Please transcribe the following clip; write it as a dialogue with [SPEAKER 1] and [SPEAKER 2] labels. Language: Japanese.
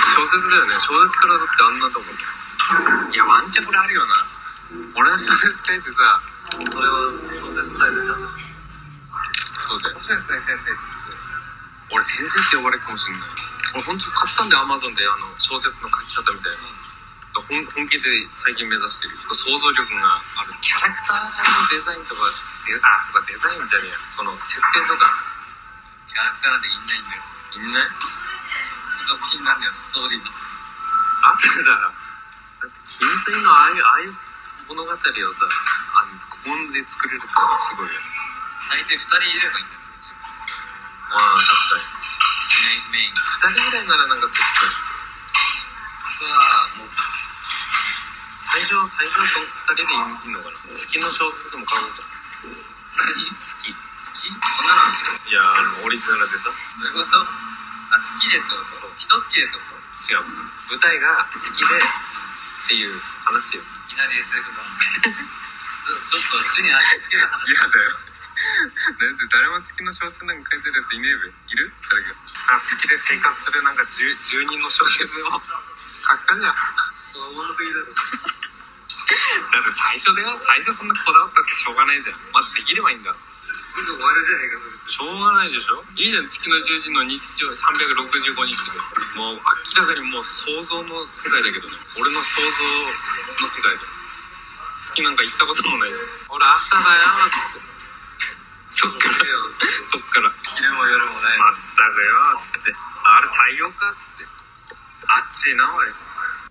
[SPEAKER 1] 小説だよね小説からだってあんなと思ういやワンチャンこれあるよな俺の小説書いてさ
[SPEAKER 2] それを小説サイトに出せ
[SPEAKER 1] そうだよ
[SPEAKER 2] 面白いですね先生
[SPEAKER 1] 俺先生って呼ばれるかもしんない俺本当買ったんだよアマゾンであの小説の書き方みたいな、本本気で最近目指してる想像力があるキャラクターのデザインとかであそうかデザインじゃねえやその設定とか
[SPEAKER 2] キャラクターなんていないんだよ
[SPEAKER 1] いんない
[SPEAKER 2] 付属品なんだよストーリーの
[SPEAKER 1] あとさだって金水のああいうああいう物語をさあのここで作れるってのはすごいよね
[SPEAKER 2] 最低2人いればいいんだよ
[SPEAKER 1] ああ確かに
[SPEAKER 2] メインメイン
[SPEAKER 1] 2人ぐらいならなんかできそう
[SPEAKER 2] あとはもう
[SPEAKER 1] 最初最初はその2人でいいのかな月の小説でも買おうと
[SPEAKER 2] 何好
[SPEAKER 1] 月い
[SPEAKER 2] きそんなのある
[SPEAKER 1] やあのオリジナルでさ
[SPEAKER 2] どういうことあ好きでってこと人好きでってこと
[SPEAKER 1] 違う舞台が好きでっていう話よ
[SPEAKER 2] いきなり SF だちょちょっと地に足つける話
[SPEAKER 1] 嫌だよだって誰も月の小説なんか書いてるやついねえべいる誰かあ月で生活するなんか 10, 10人の小説を書くかじゃん
[SPEAKER 2] おもろすぎだろ
[SPEAKER 1] だって最初だよ最初そんなこだわったってしょうがないじゃんまずできればいいんだ
[SPEAKER 2] すぐ終わるじゃねえかそれ
[SPEAKER 1] しょうがないでしょいいじゃん月の十字の日常365日でもう明らかにもう想像の世界だけどね俺の想像の世界だよ月なんか行ったこともないし俺朝だよっつってそっからそっから
[SPEAKER 2] 昼も夜もない
[SPEAKER 1] まったくよっつってあれ太陽かっつってあっちいなあれっつって